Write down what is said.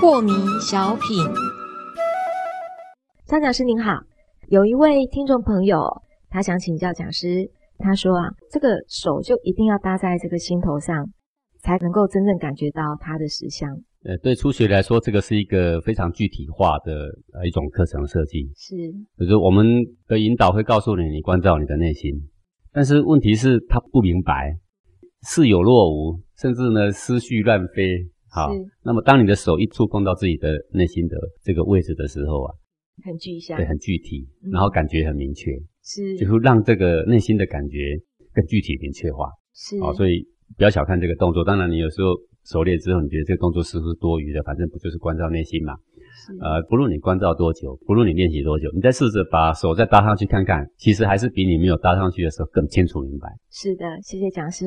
破迷小品。张讲师您好，有一位听众朋友，他想请教讲师，他说啊，这个手就一定要搭在这个心头上，才能够真正感觉到它的实相。呃，对初学来说，这个是一个非常具体化的呃一种课程设计，是，就是我们的引导会告诉你，你关照你的内心，但是问题是他不明白，似有若无，甚至呢思绪乱飞。好是，那么当你的手一触碰到自己的内心的这个位置的时候啊，很具象对，，很具体，嗯然后感觉很明确，是就是让这个内心的感觉更具体明确化。是，好，哦所以不要小看这个动作。当然，你有时候熟练之后，你觉得这个动作似乎是多余的，反正不就是关照内心嘛？是呃，不论你关照多久，不论你练习多久，你再试着把手再搭上去看看，其实还是比你没有搭上去的时候更清楚明白。是的，谢谢讲师。